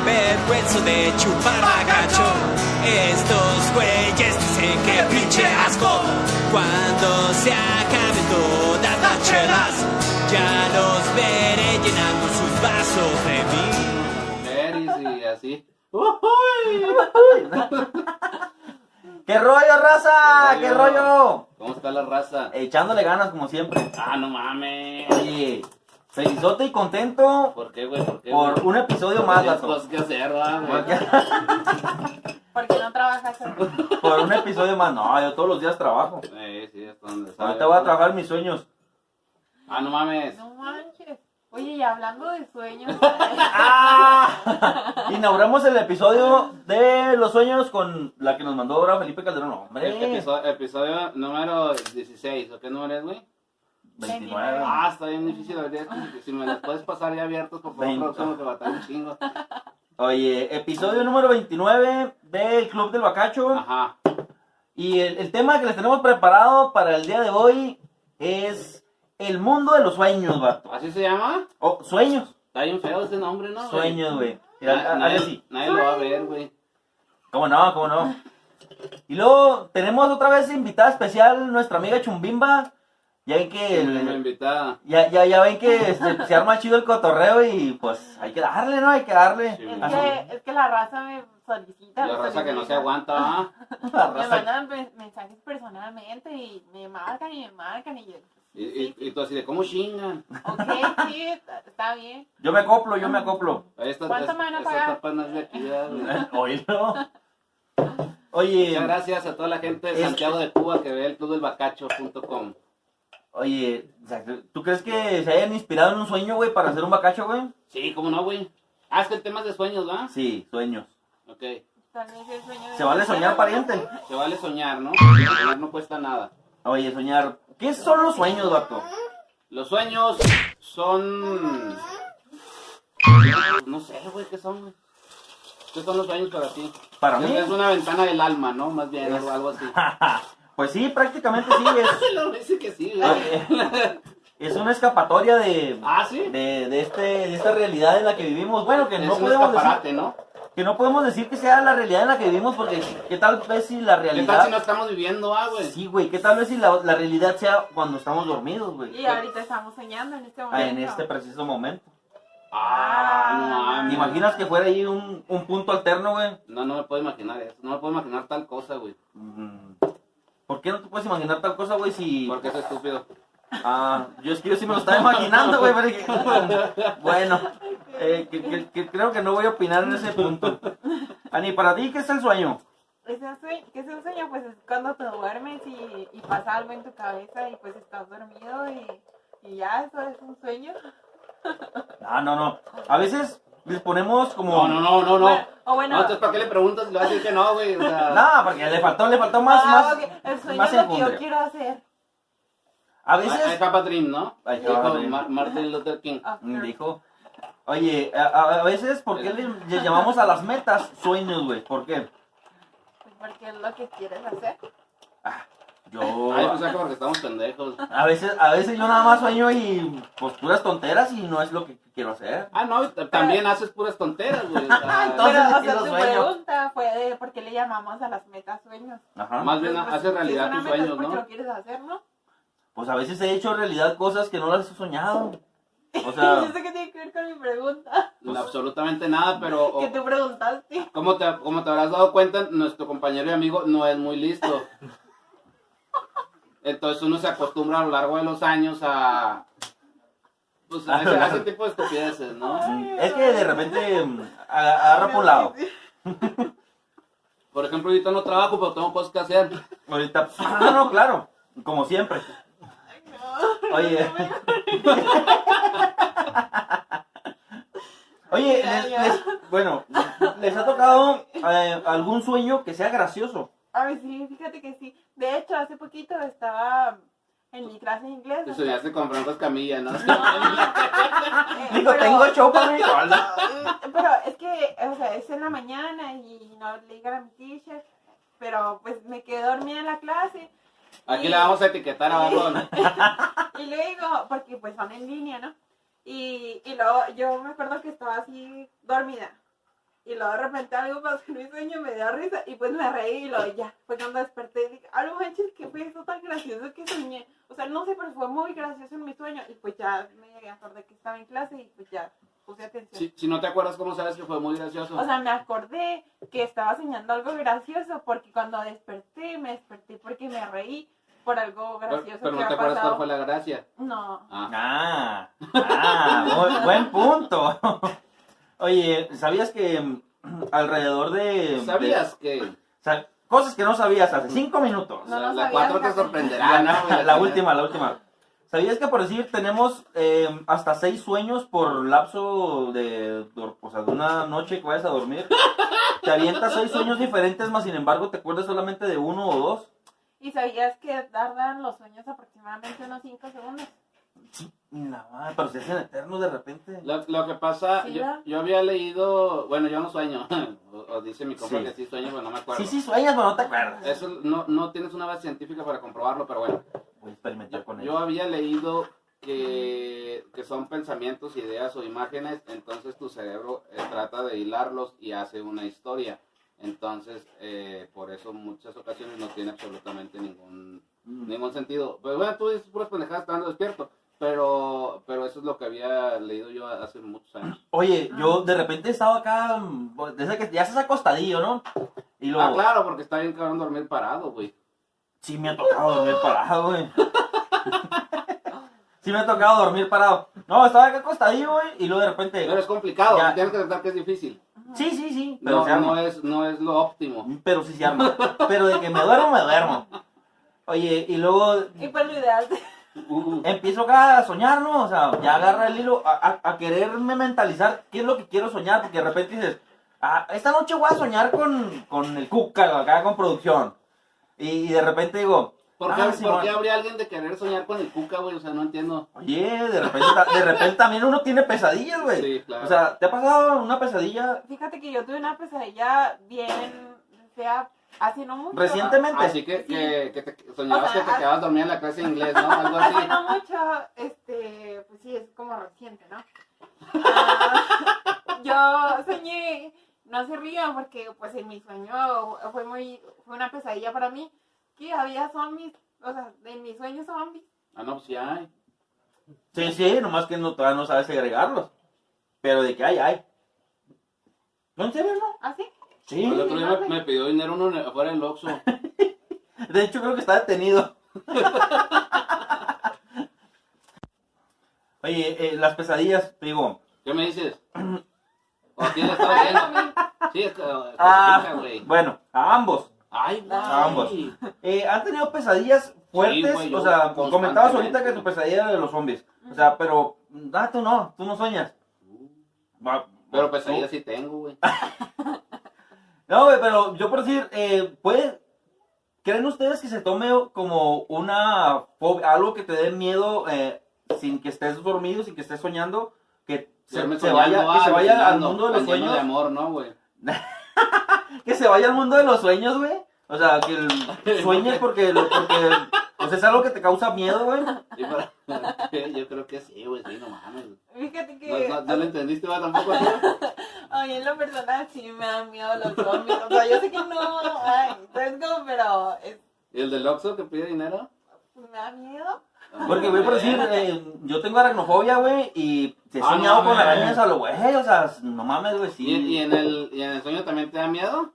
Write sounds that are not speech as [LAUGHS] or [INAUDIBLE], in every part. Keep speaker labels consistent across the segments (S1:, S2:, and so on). S1: avergüenzo de chupar a gacho. Estos güeyes dicen que pinche asco. Cuando se acaben todas las chelas, ya los veré llenando sus vasos de mí.
S2: Berries y así. Uy.
S3: [LAUGHS] ¡Qué rollo, raza!
S2: ¿Qué
S3: ¡Ah, ¡Qué
S2: rollo?
S3: rollo!
S2: ¿Cómo está la raza?
S3: Echándole ganas como siempre.
S2: Ah, no mames.
S3: Oye, felizote y contento
S2: ¿Por qué, güey? ¿Por qué?
S3: por
S2: güey?
S3: un episodio más,
S2: Tienes
S3: Lazo.
S2: cosas que hacer, ¿verdad, güey?
S3: Porque-
S4: Porque no trabajas aquí.
S3: Por un episodio más. No, yo todos los días trabajo.
S2: Eh, sí, es donde sale.
S3: Ahorita voy a trabajar mis sueños.
S2: Ah, no mames.
S4: No manches. Oye, y hablando de
S3: [LAUGHS]
S4: sueños.
S2: [LAUGHS]
S3: ¡Ah! Inauguramos el episodio de los sueños con la que nos mandó ahora Felipe Calderón.
S2: El
S3: Hombre,
S2: episodio, Este episodio número 16, ¿o qué número es, güey?
S3: 29.
S2: Ah, está bien difícil. habría que- Si me las puedes pasar ya abiertos, por favor,
S3: Veinte.
S2: próximo te batalla un chingo.
S3: Oye, episodio número 29 del Club del Bacacho.
S2: Ajá.
S3: Y el, el tema que les tenemos preparado para el día de hoy es el mundo de los sueños, vato.
S2: ¿Así se llama?
S3: Oh, sueños.
S2: Está bien feo ese nombre, ¿no? güey?
S3: Sueños, güey.
S2: Na-
S3: Mira, Hazle
S2: Nadie,
S3: así.
S2: nadie lo va a ver, güey.
S3: ¿Cómo no? ¿Cómo no? Y luego tenemos otra vez invitada especial nuestra amiga Chumbimba. Ya ven que el-
S2: La invitada.
S3: ya, ya, ya ven que este, [LAUGHS] se arma chido el cotorreo y pues hay que darle, ¿no? Hay que darle.
S2: Sí,
S4: Es
S2: Así.
S4: que, es que la raza me solicita.
S2: La
S4: me
S2: raza que no se
S4: solicita.
S2: aguanta, ¿ah?
S3: [LAUGHS]
S4: [LAUGHS]
S3: La
S4: Me
S3: raza-
S4: mandan pe- mensajes personalmente y me marcan y me marcan y yo.
S2: Y, y, y tú así de, ¿cómo chingan?
S4: Ok, sí, está, está bien.
S3: Yo me acoplo, yo me acoplo. [LAUGHS]
S2: Ahí está,
S4: ¿Cuánto me van a
S2: esa
S4: pagar?
S2: tapa no es de aquí, ¿verdad, güey?
S3: Oílo. Oye,
S2: Muchas gracias a toda la gente de
S3: Es-
S2: Santiago de Cuba que ve el club del bacacho.com.
S3: Oye, Isaac, ¿tú crees que se hayan inspirado en un sueño, güey, para hacer un bacacho, güey?
S2: Sí, cómo no, güey. Ah, es que el tema es de sueños, ¿va?
S3: Sí, sueños.
S2: Ok.
S4: Tal vez el sueño de-
S3: ¿Se vale soñar, pariente?
S2: Se vale soñar, ¿no? Soñar no cuesta nada.
S3: Oye, soñar. ¿Qué son los sueños, vato?
S2: Los sueños son. No sé, güey, ¿qué son, güey? ¿Qué son los sueños para ti?
S3: Para mí.
S2: Es una ventana del alma, ¿no? Más bien, algo, algo
S3: [LAUGHS]
S2: así. [LAUGHS]
S3: pues sí, prácticamente sí, es,
S2: Lo dice que sí, güey.
S3: es [LAUGHS] una escapatoria de,
S2: ah, sí.
S3: Ah, de, de este, de esta realidad en la que vivimos. Bueno, que
S2: es
S3: no,
S2: un
S3: podemos
S2: escaparate,
S3: decir,
S2: ¿no?
S3: que no podemos decir que sea la realidad en la que vivimos, porque ¿qué tal vez si la
S2: ¿Qué tal
S3: realidad...
S2: si no estamos viviendo, ah, güey?
S3: Sí, güey, ¿qué tal vez si la, la realidad sea cuando estamos dormidos, güey?
S4: Y ahorita estamos soñando en este
S3: Ah,
S4: momento.
S3: En este preciso momento.
S2: Ah, no
S3: ¿Te
S2: mames.
S3: imaginas que fuera ahí un, un punto alterno, güey?
S2: No, no me puedo imaginar eso. No me puedo imaginar tal cosa, güey.
S3: Mm. ¿Por qué no te puedes imaginar tal cosa, güey? Si.
S2: Porque es estúpido.
S3: Ah, yo es que yo sí me
S2: [LAUGHS]
S3: lo estaba imaginando, güey. pero que- Bueno, eh, que- que- que creo que no voy a opinar en ese punto. Ani, para ti, ¿qué es el sueño?
S4: Es un sue- ¿Qué es un sueño? Pues es cuando te duermes y, y pasa algo en tu cabeza y pues estás dormido y, y ya, eso es un sueño.
S3: Ah, No, no, no. A veces les ponemos como.
S2: No, no, no, no, no.
S4: Bueno, o bueno-
S2: No, entonces, ¿para qué le preguntas si le vas a decir que no, güey? O sea,
S3: Nah, porque le faltó, le faltó más,
S4: Ah,
S3: más.
S4: ok, El sueño
S3: más
S4: es lo que
S3: enjundia.
S4: yo quiero hacer.
S3: A
S2: Ahí
S3: veces.
S2: está Patrick, ¿no?
S3: Ahí está
S2: Dijo
S3: Patrick.
S2: Mar- Martin Luther King.
S4: Ah.
S3: Mm, Dijo. Oye, a- a, a veces, ¿por qué le, le llamamos a las metas sueños, güey? ¿Por qué?
S4: Pues porque es lo que quieres hacer.
S3: Yo.
S2: Ay, pues saca porque estamos pendejos.
S3: A veces, a veces yo nada más sueño y posturas tonteras y no es lo que quiero hacer.
S2: Ah, no, y t- también haces puras tonteras, güey. o
S4: [LAUGHS]
S2: sea,
S3: Ah, Entonces,
S4: Pero, o
S3: ¿qué
S4: sea,
S3: los
S4: tu
S3: sueños?
S4: pregunta fue de por qué le llamamos a las metas sueños.
S3: Ajá.
S2: más bien
S4: Pues,
S2: haces
S4: si
S2: realidad
S4: son
S2: tus
S4: metas
S2: sueños,
S4: porque
S2: ¿no?
S4: lo quieres hacer, ¿no?
S3: Pues a veces he hecho realidad cosas que no las he soñado. O
S4: [LAUGHS] ¿Y
S3: sea,
S4: eso qué tiene que ver con mi pregunta?
S2: No, absolutamente nada, pero
S4: Que
S2: o-
S4: tú preguntaste.
S2: como, te, como te habrás dado cuenta, nuestro compañero y amigo no es muy listo. Entonces uno se acostumbra a lo largo de los años a... Pues a ese, a ese tipo de estupideces, ¿no?
S3: mm, es que de repente mm, a- agarra por un
S4: [LAUGHS]
S3: lado.
S2: Por ejemplo, ahorita no trabajo, pero tengo cosas que hacer.
S3: Ahorita, ah, no, claro, como siempre.
S4: [LAUGHS]
S3: Oye. Oye,
S4: Ya,
S3: les-
S4: ya.
S3: les- bueno, ¿les ha tocado eh, algún sueño que sea
S4: [LAUGHS]
S3: gracioso?
S4: Ay, sí, fíjate que sí. De hecho, hace poquito estaba en mi clase de inglés.
S2: Te soñaste con Franco Escamilla, ¿no?
S4: Eh,
S3: Digo,
S4: pero-
S3: tengo chopa,
S4: [LAUGHS]
S3: güey.
S4: Pero es que, o sea, es en la mañana y no le digan a mi teacher. Pero pues me quedé dormida en la clase.
S2: Aquí la vamos a etiquetar abajo. ¿no?
S4: Y luego, porque pues son en línea, ¿no? Y, y luego yo me acuerdo que estaba así dormida. Y luego de repente algo pasó en mi sueño, me dio risa y pues me reí y luego ya. Fue cuando desperté y dije, ah, no manches, que fue eso tan gracioso que soñé. O sea, no sé, pero fue muy gracioso en mi sueño. Y pues ya me llegué a acordar que estaba en clase y pues ya puse atención.
S2: Si, si no te acuerdas, ¿cómo sabes que fue muy gracioso?
S4: O sea, me acordé que estaba soñando algo gracioso porque cuando desperté, me desperté porque me reí por algo
S2: pero,
S4: gracioso
S2: pero
S4: que
S2: no te
S4: había
S2: acuerdas
S4: pasado.
S2: cuál fue la gracia.
S4: No.
S2: Ah.
S3: Ah, ah, bu- buen punto. Oye, ¿sabías que mm, alrededor de...
S2: ¿Sabías que
S3: de- sa- cosas que no sabías hace cinco minutos.
S4: No,
S2: la,
S4: no
S2: la
S4: sabía,
S2: cuatro te
S4: fíjate.
S2: sorprenderá?
S3: la,
S2: ¿no?
S3: la última, la última. ¿Sabías que por decir tenemos eh, hasta seis sueños por lapso de, dor- o sea, de una noche que vayas a dormir? Te avientas seis sueños diferentes, más sin embargo te acuerdas solamente de uno o dos.
S4: ¿Y sabías que tardan los sueños aproximadamente unos 5 segundos?
S3: Y la madre, pero se hacen eternos de repente.
S2: Lo, lo que pasa,
S4: Sí,
S2: yo,
S4: ¿verdad?
S2: yo había leído, bueno, yo no sueño, [LAUGHS] o, o dice mi compa
S3: Sí.
S2: que sí sueño, pero no me acuerdo.
S3: Sí, sí, sueñas, pero no te acuerdas.
S2: Eso no, no tienes una base científica para comprobarlo, pero bueno.
S3: Voy a experimentar con
S2: Yo
S3: eso.
S2: había leído que, que son pensamientos, ideas o imágenes, entonces tu cerebro eh, trata de hilarlos y hace una historia. Entonces, eh, por eso muchas ocasiones no tiene absolutamente ningún
S3: Mm.
S2: ningún sentido. Pues bueno, tú dices puras pendejadas estando despierto, pero pero eso es lo que había leído yo hace muchos años.
S3: Oye, yo de repente he estado acá, mm, desde que ya estás acostadillo, ¿no? Y luego...
S2: Ah, claro, porque está bien cabrón dormir parado, güey.
S3: Sí me ha tocado dormir parado, güey. [LAUGHS] Sí me ha tocado dormir parado. No, estaba acá acostadillo, güey, y luego de repente...
S2: Pero es complicado,
S3: Ya.
S2: tienes que tratar que es difícil.
S3: Sí, sí, sí, pero
S2: No,
S3: se arma.
S2: no es no es lo óptimo.
S3: Pero sí se arma. Pero de que me duermo, me duermo. Oye, y luego
S4: Y pues lo ideal, [LAUGHS]
S3: Mm,
S2: Uh, uh.
S3: empiezo acá a soñar, ¿no? O sea, ya agarra el hilo a, a- a quererme mentalizar qué es lo que quiero soñar, porque de repente dices, ah, esta noche voy a soñar con, con el Cuca, acá con producción. Y, y de repente digo,
S2: ¿Por qué,
S3: "Ah,
S2: por
S3: Simón".
S2: qué habría alguien de querer soñar con el cuca, güey? O sea, no entiendo.
S3: Oye, de repente, ta- de repente también uno tiene pesadillas, güey.
S2: Sí, claro.
S3: O sea, ¿te ha pasado una pesadilla
S4: fíjate que yo tuve una pesadilla bien fea hace no mucho.
S3: recientemente?
S2: Así que, que, que te soñabas
S4: O sea,
S2: que te
S4: ah-
S2: quedabas dormida en la clase de inglés, ¿no? Algo
S4: Hace
S2: así.
S4: no mucho, este, pues sí, es como reciente,
S2: [LAUGHS]
S4: ¿no? Ah, yo soñé, no se rían porque pues en mi sueño fue muy, fue una pesadilla para mí, que había zombies, o sea, en mi sueño zombies.
S2: Ah, no, pues sí hay.
S3: Sí, sí, nomás que no, todavía no sabes segregarlos. Pero de que hay, hay. ¿No en serio, no?
S4: ¿Así?
S3: Sí.
S2: El otro día me, me pidió dinero uno en el- afuera del Oxxo.
S3: De hecho, creo que está detenido. Oye, eh, las pesadillas, te digo.
S2: ¿Qué me dices? ¿O a quién le estaba
S4: Ay,
S2: viendo?
S4: no, mi-
S2: Sí, es que- que
S3: Ah,
S2: pica, güey.
S3: [LAUGHS] bueno, a ambos.
S2: Ay, güey.
S4: A
S3: ambos. Eh, ¿Han tenido pesadillas fuertes?
S2: güey, yo
S3: o sea,
S2: constantemente.
S3: comentabas ahorita que tu pesadilla era de los zombies. O sea, pero. Ah, tú no, tú no sueñas. Va-
S2: Pero
S3: tú-
S2: pesadilla sí tengo, güey.
S3: No, güey, pero yo por decir, eh, puede- ¿creen ustedes que se tome como una fo- algo que te dé miedo eh, sin que estés dormido, sin que estés soñando, que se,
S2: Duerme
S3: se vaya,
S2: soñando,
S3: que se
S2: ah,
S3: vaya al
S2: alucinando,
S3: mundo de los
S2: tan lleno
S3: sueños?
S2: de amor, ¿no,
S3: [LAUGHS]
S2: güey?
S3: Que se vaya al mundo de los sueños, güey. O sea,
S2: [LAUGHS]
S3: que el- sueñes porque, lo- porque o sea, es algo que te causa miedo, güey.
S2: Sí, pero- [LAUGHS] yo creo que sí, güey, sí, no mames.
S4: Fíjate que...
S2: No, no, no lo entendiste, va tampoco. ¿sí?
S4: Ay, en lo personal sí me dan miedo los zombies. O sea, yo sé que no, ay, tengo, pero es-
S2: ¿Y el del Oxxo que pide dinero?
S4: me da miedo.
S3: [LAUGHS] Porque, güey,
S2: [LAUGHS]
S3: por decir, eh, yo tengo aracnofobia, güey, y te he
S2: Ah, no
S3: soñado con
S2: mames.
S3: arañas a lo güey, o sea, no mames, güey, sí.
S2: ¿Y, y en el, ¿Y en el sueño también te da miedo?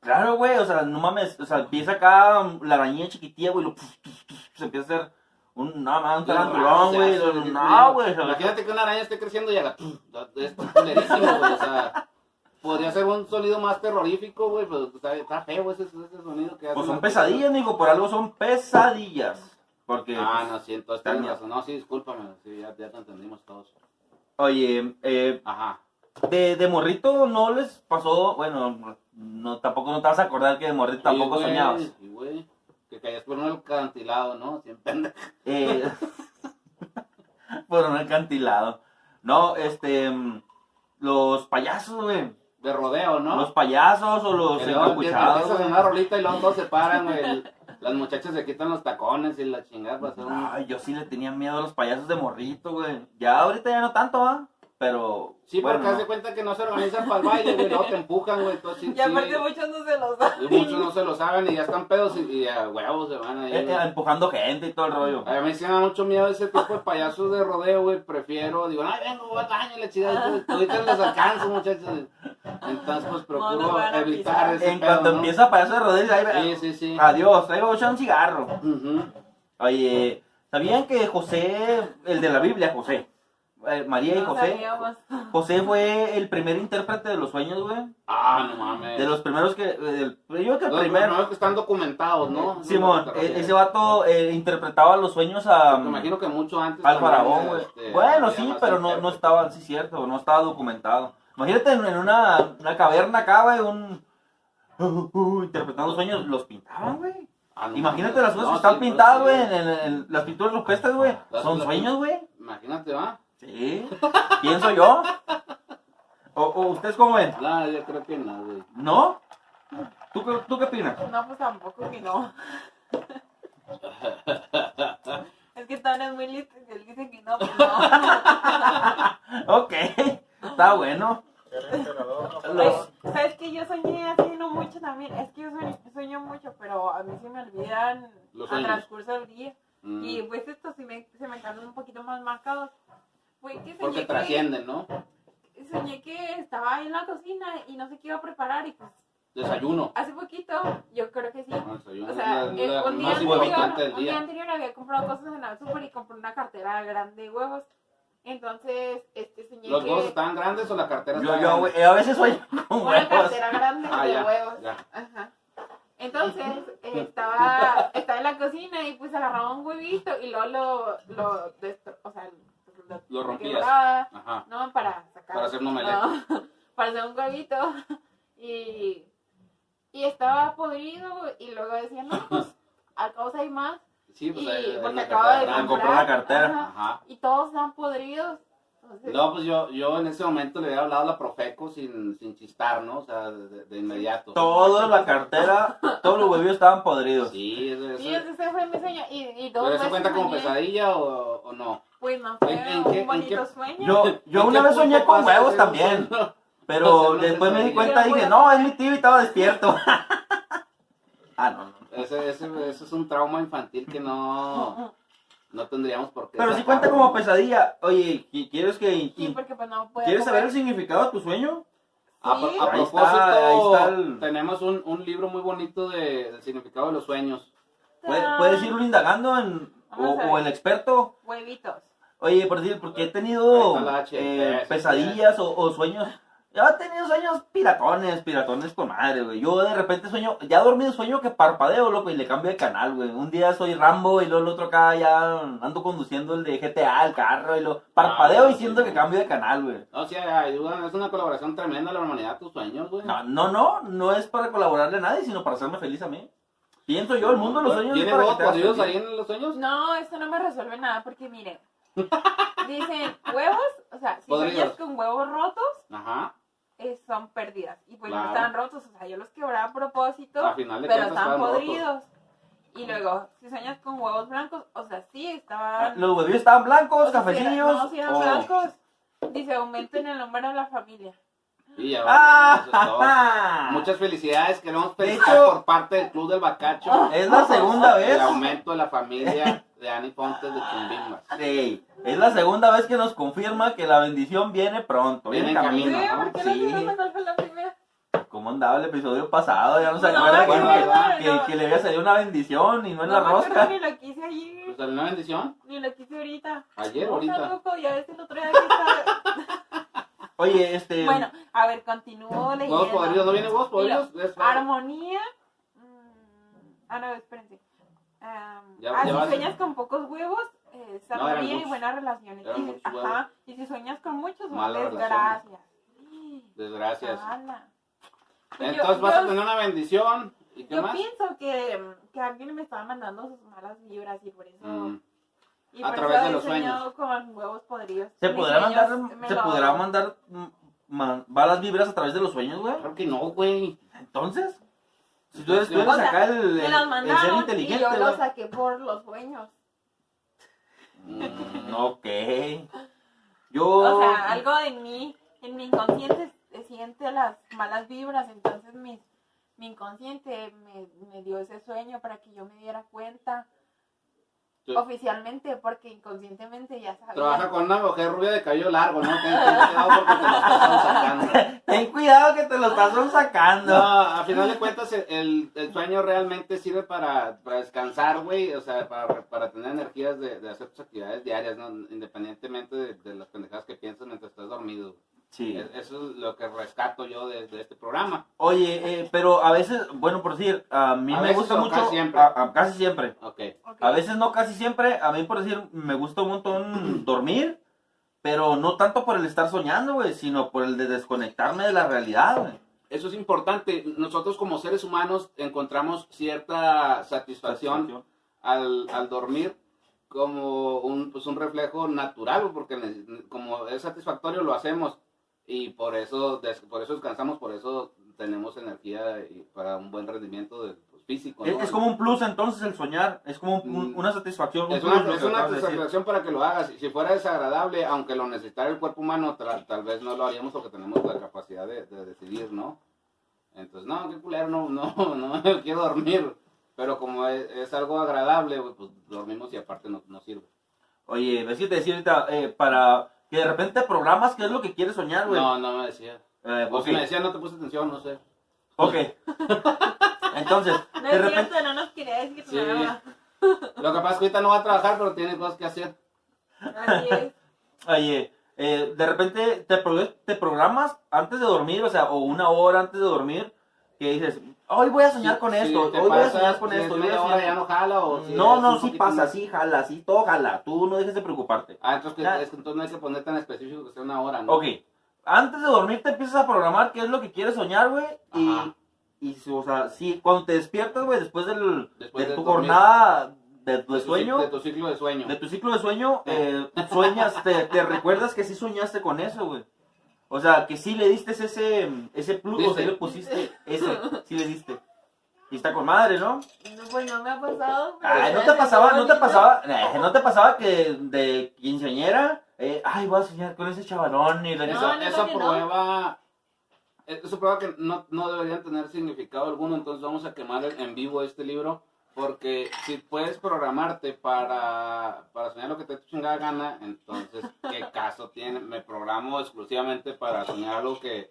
S3: Claro, güey, o sea, no mames, o sea, empieza acá mm, la arañilla chiquitilla, güey, y lo puf, puf, puf, se empieza a hacer un, no mames, un tarantulón, güey,
S2: O sea,
S3: lo-
S2: sí,
S3: no, güey, o sea,
S2: Imagínate que una araña esté creciendo y haga... Es culerísimo, güey, o sea... Podría ser un sonido más terrorífico, güey, pero está, está feo ese, ese sonido que hace.
S3: pues son
S2: la-
S3: pesadillas, digo, por algo son pesadillas, porque,
S2: Ah,
S3: pues,
S2: no, sí, entonces
S3: Está
S2: tienes
S3: bien.
S2: razón. No, sí, discúlpame, sí, ya, ya te entendimos todos.
S3: oye, eh,
S2: Ajá.
S3: de, de morrito no les pasó, bueno, no, tampoco no te vas a acordar que de morrito tampoco
S2: Sí, güey,
S3: soñabas,
S2: sí, güey. Que caías por un alcantilado, ¿no? Siempre andas-
S3: eh, [LAUGHS] por un acantilado, no, este, mm, los payasos, güey.
S2: de rodeo, ¿no?
S3: Los payasos o los
S2: Que luego empieza-
S3: encapuchados.
S2: empieza a
S3: güey.
S2: sonar rolita y los dos se paran, güey. El- Las muchachas se quitan los tacones y la chingada para hacer un...
S3: Ay, yo sí le tenía miedo a los payasos de morrito, güey. Ya ahorita ya no tanto, ¿ah? Pero.
S2: Sí,
S3: bueno,
S2: porque haz de
S3: no.
S2: cuenta que no se organizan para el baile, güey, no te empujan, güey, entonces sí,
S4: [LAUGHS] Y aparte
S2: sí,
S4: muchos no se los dan.
S2: y muchos no se lo saben y ya están pedos y, y a huevos se van ahí.
S3: Eh,
S2: güey.
S3: eh, empujando gente y todo el rollo.
S2: A mí sí me da mucho miedo ese tipo de payasos de rodeo, güey. Prefiero, digo, ay, vengo, voy al baño, la chingada. y todo, Ahorita les alcanzo, muchachos. Entonces, pues
S4: No,
S2: procuro
S4: nos van a
S2: evitar
S4: pisar.
S2: ese
S3: En
S2: pedo,
S3: cuanto
S2: ¿no?
S3: empieza a ah. pasar rodillas, ahí va-
S2: Sí, sí, sí.
S3: Adiós, traigo ya un cigarro.
S2: Ujú.
S3: Oye, ¿sabían que José, el de la Biblia, José, eh, María y
S4: No
S3: José,
S4: sabíamos.
S3: José fue el primer intérprete de los sueños, güey?
S2: Ah, no mames.
S3: De los primeros que, del- yo creo que el
S2: Los
S3: primero,
S2: primeros que están documentados, ¿no?
S3: Simón,
S2: No, no,
S3: eh,
S2: no,
S3: ese vato eh, interpretaba los sueños a,
S2: Me imagino que mucho antes.
S3: al
S2: también,
S3: faraón, güey.
S2: este,
S3: Bueno,
S2: había
S3: sí,
S2: más
S3: pero no, no
S2: intérpretes.
S3: estaba, sí, cierto, no estaba documentado. Imagínate en, en una, una caverna acá, güey, un... [LAUGHS] interpretando sueños, los pintaban, güey.
S2: Ah, no
S3: Imagínate
S2: mames.
S3: las cosas
S2: No,
S3: que están
S2: sí,
S3: pintadas,
S2: pues,
S3: güey,
S2: sí,
S3: en, en- en las pinturas rupestres, güey.
S2: Las-
S3: Son
S2: las-
S3: sueños, güey.
S2: Imagínate, ¿va?
S3: Sí. Pienso yo. O, o ustedes cómo ven?
S2: No, Ah, yo creo que no, güey.
S3: ¿No? ¿Tú, qué- tú qué opinas?
S4: No, pues tampoco que no. Es que están es muy listo y él dice que no, pues
S2: [LAUGHS]
S4: no.
S3: Ok. Está bueno. Los-
S4: Oye, ¿Sabes que Yo soñé así, no mucho también. Es que yo sueño, sueño mucho, pero a mí se me olvidan
S2: Los
S4: al
S2: sueños.
S4: transcurso del día.
S2: Mm.
S4: Y pues estos sí me, se me quedaron un poquito más marcados. Fue que
S2: Porque
S4: soñé que,
S2: trascienden, ¿no?
S4: soñé que estaba en la cocina y no sé qué iba a preparar. Y pues
S2: Desayuno.
S4: hace poquito, yo creo que sí,
S2: No, desayuno
S4: O sea,
S2: es la-
S4: eh,
S2: la
S4: un, día
S2: más
S3: huevos
S2: importante del
S4: anterior, un día
S2: día.
S4: anterior había comprado cosas en el súper y compré una cartera grande de huevos. Entonces, este soñé
S2: ¿Los
S4: que
S2: huevos estaban grandes o la cartera
S3: Yo,
S2: estaba
S3: yo,
S2: grande?
S3: güey, a veces sueño con
S4: una
S3: huevos.
S4: cartera grande
S2: Ah,
S4: de
S2: ya,
S4: huevos.
S2: ya.
S4: Ajá.
S2: [LAUGHS]
S4: Entonces, eh, estaba, estaba en la cocina y pues agarraba un huevito y luego lo, lo destro- o sea, lo,
S2: Lo rompías.
S4: quebraba,
S2: Ajá.
S4: No, para sacar.
S2: Para hacer un omelette.
S4: no, [LAUGHS] para hacer un huevito. [LAUGHS] Y, y estaba podrido y luego decía, no,
S2: [LAUGHS]
S4: pues al cabo hay más.
S2: Sí, pues
S4: Y
S2: ahí- ahí
S4: porque
S2: la
S4: acabo
S2: cartera
S4: de
S2: grande.
S3: compró la cartera.
S4: Ajá.
S2: Ajá.
S4: Y todos están podridos. Entonces,
S2: No, pues yo, yo en ese momento le había hablado a la Profeco sin, sin chistar, ¿no? O sea, de, de inmediato.
S3: Toda la cartera, todos los huevillos estaban podridos.
S2: Sí, eso, pues, eso-
S4: y ese ese fue mi sueño. Y, y dos
S2: ¿Pero eso
S4: veces
S2: cuenta como
S4: soñé.
S2: pesadilla o, o no?
S4: Pues no
S2: ¿En-
S4: fue
S2: en qué- en
S4: un bonito
S2: qué-
S4: sueño.
S3: Yo, yo
S2: ¿En [LAUGHS]
S3: una
S2: qué
S3: vez soñé
S2: punto
S3: con
S2: pasa [LAUGHS]
S3: huevos
S2: ese
S3: también.
S2: sueño?
S3: Pero
S2: Entonces, no
S3: después me di
S2: pesadilla.
S3: cuenta y dije, no, es mi tío y estaba despierto. [LAUGHS] ah, no, no.
S2: Ese, ese, ese es un trauma infantil que no,
S4: [LAUGHS]
S2: no tendríamos por qué.
S3: Pero si
S2: sacar.
S3: cuenta como pesadilla. Oye, ¿qui- ¿quieres que
S2: Mm.
S4: Sí, porque pues no puedo.
S3: quieres saber el
S4: comer.
S3: significado de tu sueño?
S2: A, pro-
S4: Sí.
S2: a
S3: Ahí
S2: propósito,
S3: está- ahí está el-
S2: tenemos un, un libro muy bonito de, del significado de los sueños.
S3: Puede-
S4: Tan-
S3: Puedes irlo indagando en, o,
S4: Ah. Vamos a ver.
S3: o el experto.
S4: Huevitos.
S3: Oye, por decir, porque he
S2: Ahí
S3: tenido
S2: está la H,
S3: eh,
S2: sí, sí,
S3: pesadillas o, o sueños. Yo he tenido sueños piratones, piratones con madre, güey. Yo de repente sueño, ya dormido sueño que parpadeo, loco, y le cambio de canal, güey. Un día soy Rambo y luego el otro acá ya ando conduciendo el de GTA, el carro, y lo parpadeo
S2: Ah,
S3: y
S2: sí,
S3: siento
S2: sí.
S3: que cambio de canal, güey.
S2: O sea, ayudan, es una colaboración tremenda la humanidad, tus sueños, güey.
S3: No, no, no, no es para colaborarle a nadie, sino para hacerme feliz a mí. Pienso yo, el mundo de los sueños es
S2: Pues, ¿Tiene
S3: para que
S2: huevos
S3: te hagas
S2: podridos ahí
S3: feliz.
S2: en los sueños?
S4: No, esto no me resuelve nada
S2: [LAUGHS]
S4: porque miren. Dicen huevos, o sea, si
S2: Podridos.
S4: sueñas con huevos rotos,
S2: Ajá.
S4: eh, son pérdidas. Y pues
S2: Claro.
S4: no estaban rotos, o sea, yo los quebraba a propósito,
S2: A final de
S4: pero
S2: cuentas estaban
S4: estaban
S2: rotos.
S4: podridos. Y luego, si sueñas con huevos blancos, o sea, sí
S2: Ah,
S4: estaban.
S3: Ah, Los huevillos estaban blancos,
S4: o sea, si eran-
S3: cafecillos.
S4: Pues, No, si eran
S3: o-
S4: blancos. Dice, aumenten el número de la familia.
S2: Y ya va,
S3: ¡Ah!
S2: [LAUGHS] eso es todo.
S3: ah. [LAUGHS]
S2: Muchas felicidades, queremos
S3: De
S2: felicitar
S3: hecho-
S2: por parte del Club del Bacacho.
S3: Es la segunda vez.
S2: El aumento de la familia de Ani Fontes de Chumbimbas.
S3: Sí, es la segunda vez que nos confirma que la bendición viene pronto. Viene
S2: Viene en
S3: en
S4: Sí,
S2: Sí,
S3: camino.
S2: camino. no,
S4: ¿por qué no
S3: sí.
S4: se cuál fue la primera?
S3: Como andaba el episodio pasado, ya no se
S4: No,
S3: acuerda
S2: que
S3: que,
S4: no,
S3: que-
S4: no.
S3: que le había salido una bendición y no en
S4: No
S3: la
S4: me acuerdo
S3: rosca.
S4: Ni lo quise allí,
S2: ¿Nos salió una Pues, bendición?
S4: ni lo quise ahorita.
S2: Ayer,
S4: No,
S2: ahorita.
S4: tampoco, ya ves el otro día que estaba-
S3: Oye, este.
S4: Bueno, a ver, continúo leyendo.
S2: Huevos podridos, ¿no viene huevos podridos? Es-
S4: Armonía. mm, Ah, no, espérense. Am,
S2: Ya-
S4: ah,
S2: ya
S4: si
S2: vas.
S4: sueñas con pocos huevos, eh, es
S2: No, eran
S4: armonía y
S2: muchos.
S4: buenas relaciones.
S2: Eran
S4: Y-
S2: muchos huevos.
S4: ajá, y si sueñas con muchos, son
S2: Malas
S4: desgracias.
S2: Desgracias.
S4: Ala. Y Pues yo-
S2: Entonces vas a
S4: yo-
S2: tener una bendición. ¿Y qué
S4: Yo
S2: más?
S4: pienso que, mm, que alguien me estaba mandando sus malas vibras y por eso.
S2: Mm,
S4: Y
S2: A
S4: por
S2: través
S4: eso
S2: de
S4: he
S2: los
S4: soñado
S2: sueños.
S4: con huevos podridos.
S3: ¿Se
S4: Mis
S3: podrá mandar,
S4: sueños me
S3: se
S4: lo-
S3: podrá mandar mm, man- malas vibras a través de los sueños, güey?
S2: Claro que no, güey.
S3: Entonces, si tú eres, tú eres
S2: O
S4: sea,
S3: acá el,
S4: Me
S3: el-
S4: los
S3: el ser
S4: mandaron y
S3: inteligente,
S4: yo
S3: güey.
S4: los saqué por los sueños.
S2: Mm,
S3: Ok. Yo.
S4: O sea, algo en mí, en mi inconsciente se siente las malas vibras, entonces mi, mi inconsciente me, me dio ese sueño para que yo me diera cuenta
S2: Sí.
S4: oficialmente, porque inconscientemente ya sabía.
S2: Trabaja con una mujer rubia de cabello largo, ¿no? Ten, ten cuidado porque te los están sacando.
S3: Ten cuidado que te lo estás sacando.
S2: [LAUGHS] No, a final de cuentas, el, el sueño realmente sirve para, para descansar, güey. O sea, para, para tener energías de, de hacer tus actividades diarias, ¿no? Independientemente de, de las pendejadas que piensas mientras estás dormido.
S3: Sí.
S2: E- Eso es lo que rescato yo de, de este programa.
S3: Oye, eh, pero a veces, bueno, por decir, a mí
S2: A
S3: me
S2: veces
S3: gusta
S2: o
S3: mucho.
S2: casi siempre.
S3: a- a- casi siempre.
S2: Ok.
S4: Ok.
S3: A veces no casi siempre, a mí por decir, me gusta un montón dormir, pero no tanto por el estar soñando, güey, sino por el de desconectarme de la realidad, güey.
S2: Eso es importante. Nosotros como seres humanos encontramos cierta satisfacción al, al dormir como un, pues un reflejo natural, porque ne- como es satisfactorio lo hacemos y por eso, des- por eso descansamos, por eso tenemos energía y para un buen rendimiento de- pues, físico.
S3: Es,
S2: ¿no?
S3: es como un plus entonces el soñar, es como un- un-
S2: Mm.
S3: una satisfacción. un
S2: Es
S3: plus, lo
S2: una,
S3: que
S2: es una
S3: acabas de decir.
S2: satisfacción para que lo hagas. Si fuera desagradable, aunque lo necesitara el cuerpo humano, tra- tal vez no lo haríamos porque tenemos la capacidad de, de decidir, ¿no? Entonces, no, qué culero, no, no, [LAUGHS] no, yo quiero dormir. Pero como es, es algo agradable, güey, pues dormimos y aparte no, no sirve.
S3: Oye, ves que te decía ahorita, eh, para que de repente programas qué es lo que quieres soñar, güey.
S2: No, no me decía.
S3: Eh,
S2: O
S3: ok,
S2: si me decía, no te puse atención, no sé.
S3: ok. [LAUGHS] Entonces,
S4: No
S3: de
S4: es
S3: repente...
S4: cierto, no nos quería decir
S2: Sí.
S4: nada.
S2: Lo que pasa es que ahorita no va a trabajar, pero tiene cosas que hacer.
S4: Así es.
S3: Oye, eh, de repente te, pro- te programas antes de dormir, o sea, o una hora antes de dormir, que dices, hoy voy a soñar con
S2: Sí,
S3: esto, hoy
S2: te
S3: voy a
S2: pasas,
S3: soñar con
S2: si
S3: esto,
S2: es
S3: hoy voy a
S2: media
S3: soñar
S2: hora ya
S3: con-
S2: no jala o si
S3: No,
S2: es
S3: no,
S2: un
S3: sí
S2: poquito
S3: pasa,
S2: más.
S3: sí jala, sí todo jala, tú no dejes de preocuparte.
S2: Ah, entonces, que-
S3: Ya.
S2: es que entonces no hay que poner tan específico que sea una hora, ¿no?
S3: Ok, antes de dormir te empiezas a programar qué es lo que quieres soñar, güey, y,
S2: Ajá.
S3: y, si- o sea, sí, cuando te despiertas, güey, después del,
S2: Después
S3: de
S2: de
S3: tu
S2: dormir.
S3: jornada de, de
S2: De tu
S3: sueño,
S2: cic- De tu ciclo de sueño.
S3: de tu ciclo de
S2: [LAUGHS]
S3: sueño,
S2: Sí.
S3: eh, sueñas, te, te recuerdas que sí soñaste con eso, güey. O sea, que sí le diste ese, ese plus, o sea,
S2: Dice.
S3: le pusiste ese, sí le diste. Y está con madre, ¿no?
S4: No, pues no me ha pasado. pero
S2: Pues,
S3: Ay, no
S2: eh,
S3: te
S4: suena
S3: pasaba, no te
S4: bonito.
S3: pasaba, eh, no te pasaba que de quinceañera, eh, ay, voy a soñar con ese chavalón y la
S2: Eso,
S4: No, no,
S2: eso
S4: porque no.
S2: prueba. eh, Eso prueba que no, no deberían tener significado alguno. Entonces vamos a quemar el- en vivo este libro. Porque si puedes programarte para, para soñar lo que te dé tu chingada gana, entonces, ¿qué caso tiene? Me programo exclusivamente para soñar algo que,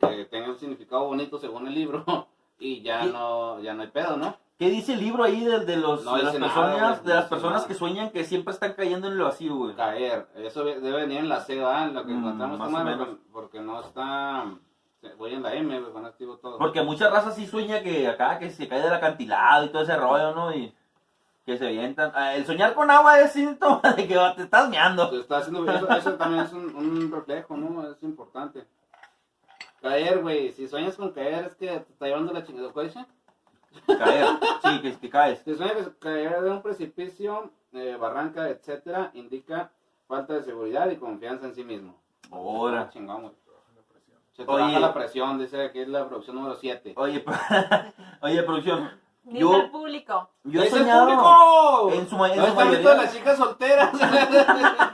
S2: que tenga un significado bonito según el libro. [LAUGHS] Y ya
S3: Sí.
S2: no, ya no hay pedo, ¿no?
S3: ¿Qué dice el libro ahí de, de los,
S2: No
S3: de las
S2: dice nada, güey,
S3: personas,
S2: no
S3: de las
S2: dice
S3: personas
S2: nada.
S3: que sueñan que siempre están cayendo en lo vacío, güey?
S2: Caer. Eso ve- debe venir en la C, ¿verdad? En lo que
S3: Mm,
S2: encontramos.
S3: más
S2: esta
S3: o
S2: madre,
S3: menos.
S2: Porque no está... Voy en la M, güey, con activo todo.
S3: Porque mucha raza sí sueña que acá que se cae del acantilado y todo ese rollo, ¿no? Y que se avientan. Ah, El soñar con agua es síntoma [LAUGHS] de que te estás meando.
S2: Se está haciendo, eso, eso también es un, un reflejo, ¿no? Es importante. Caer, güey. Si sueñas con caer, es que te está llevando la chingada, güey.
S3: Caer. Sí, que, que caes.
S2: Si sueñas con caer de un precipicio, eh, barranca, etcétera, indica falta de seguridad y confianza en sí mismo.
S3: Ahora.
S2: Chingón, güey. Se te
S3: Oye.
S2: baja la presión, dice que es la producción número 7.
S3: Oye, pro- [LAUGHS] oye producción.
S4: Dice
S3: Yo-
S4: el público.
S3: Yo he
S2: ¡Es el
S3: soñado.
S2: público!
S3: En su ma- en
S2: No
S3: su
S2: está
S3: mayoría.
S2: viendo a las chicas solteras.
S3: [LAUGHS]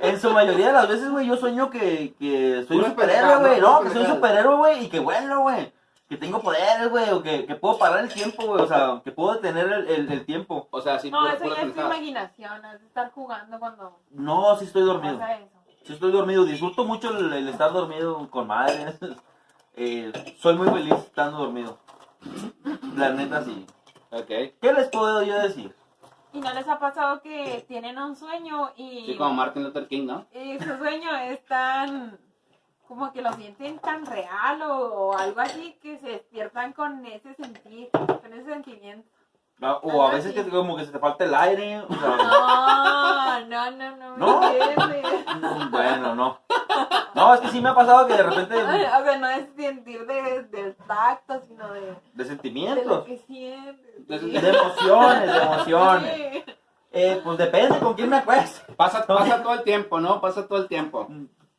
S3: En su mayoría de las veces, güey, yo sueño que, que soy un
S2: Puras
S3: superhéroe,
S2: pendejadas,
S3: güey.
S2: ¿no?
S3: No, que soy un superhéroe, güey, y que vuelo, güey. Que tengo poderes, güey, o que, que puedo parar el tiempo, güey. O sea, que puedo detener el, el- el tiempo.
S2: o sea, sí,
S4: No,
S2: pura-
S4: eso
S2: pura
S4: ya es tu
S2: pendejada.
S4: imaginación, has de estar jugando cuando
S3: No, sí estoy dormido.
S4: pasa eso.
S3: Si estoy dormido, disfruto mucho el, el estar dormido con madres. [LAUGHS] Eh, soy muy feliz estando dormido. La neta sí.
S2: Ok.
S3: ¿Qué les puedo yo decir?
S4: ¿Y no les ha pasado que tienen un sueño y,
S2: Sí, como Martin Luther King, ¿no?
S4: y su sueño es tan... como que lo sienten tan real o, o algo así que se despiertan con ese sentir, con ese sentimiento?
S3: Ah, O a
S4: Ajá,
S3: veces
S4: sí.
S3: que como que se te falta el aire. o sea, [LAUGHS]
S4: No, no, no, no. me
S3: ¿No?
S4: entiendes.
S3: bueno, no. No, es que sí me ha pasado que de repente
S4: [LAUGHS] O sea, no es sentir de, del tacto, sino de,
S3: de
S4: de lo
S3: sentimientos,
S4: que sientes.
S2: De-
S4: sí.
S3: de emociones, de emociones.
S4: Sí.
S3: Eh, pues depende con quién me acuesto.
S2: Pasa, pasa todo el tiempo, ¿no? Pasa todo el tiempo.